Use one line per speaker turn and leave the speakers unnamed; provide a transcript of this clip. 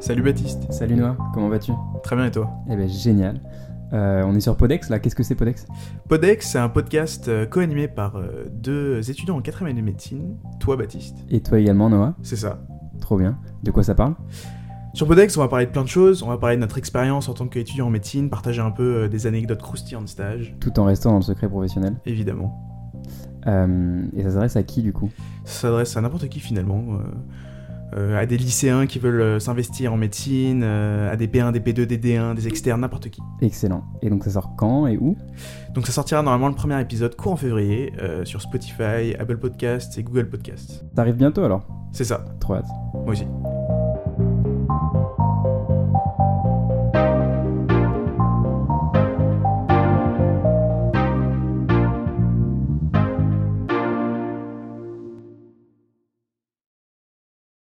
Salut Baptiste.
Salut Noah, comment vas-tu
Très bien et toi
Eh ben génial. Euh, on est sur Podex là, qu'est-ce que c'est Podex
Podex, c'est un podcast euh, co-animé par euh, deux étudiants en quatrième année de médecine, toi Baptiste.
Et toi également Noah
C'est ça.
Trop bien. De quoi ça parle
Sur Podex, on va parler de plein de choses. On va parler de notre expérience en tant qu'étudiant en médecine, partager un peu euh, des anecdotes croustillantes de stage,
Tout en restant dans le secret professionnel.
évidemment.
Euh, et ça s'adresse à qui du coup
Ça s'adresse à n'importe qui finalement. euh, euh, à des lycéens qui veulent euh, s'investir en médecine, euh, à des P1, des P2, des D1, des externes, n'importe qui.
Excellent. Et donc ça sort quand et où
Donc ça sortira normalement le premier épisode court en février euh, sur Spotify, Apple Podcasts et Google Podcasts.
Ça arrive bientôt alors
C'est ça,
Trop hâte.
moi aussi.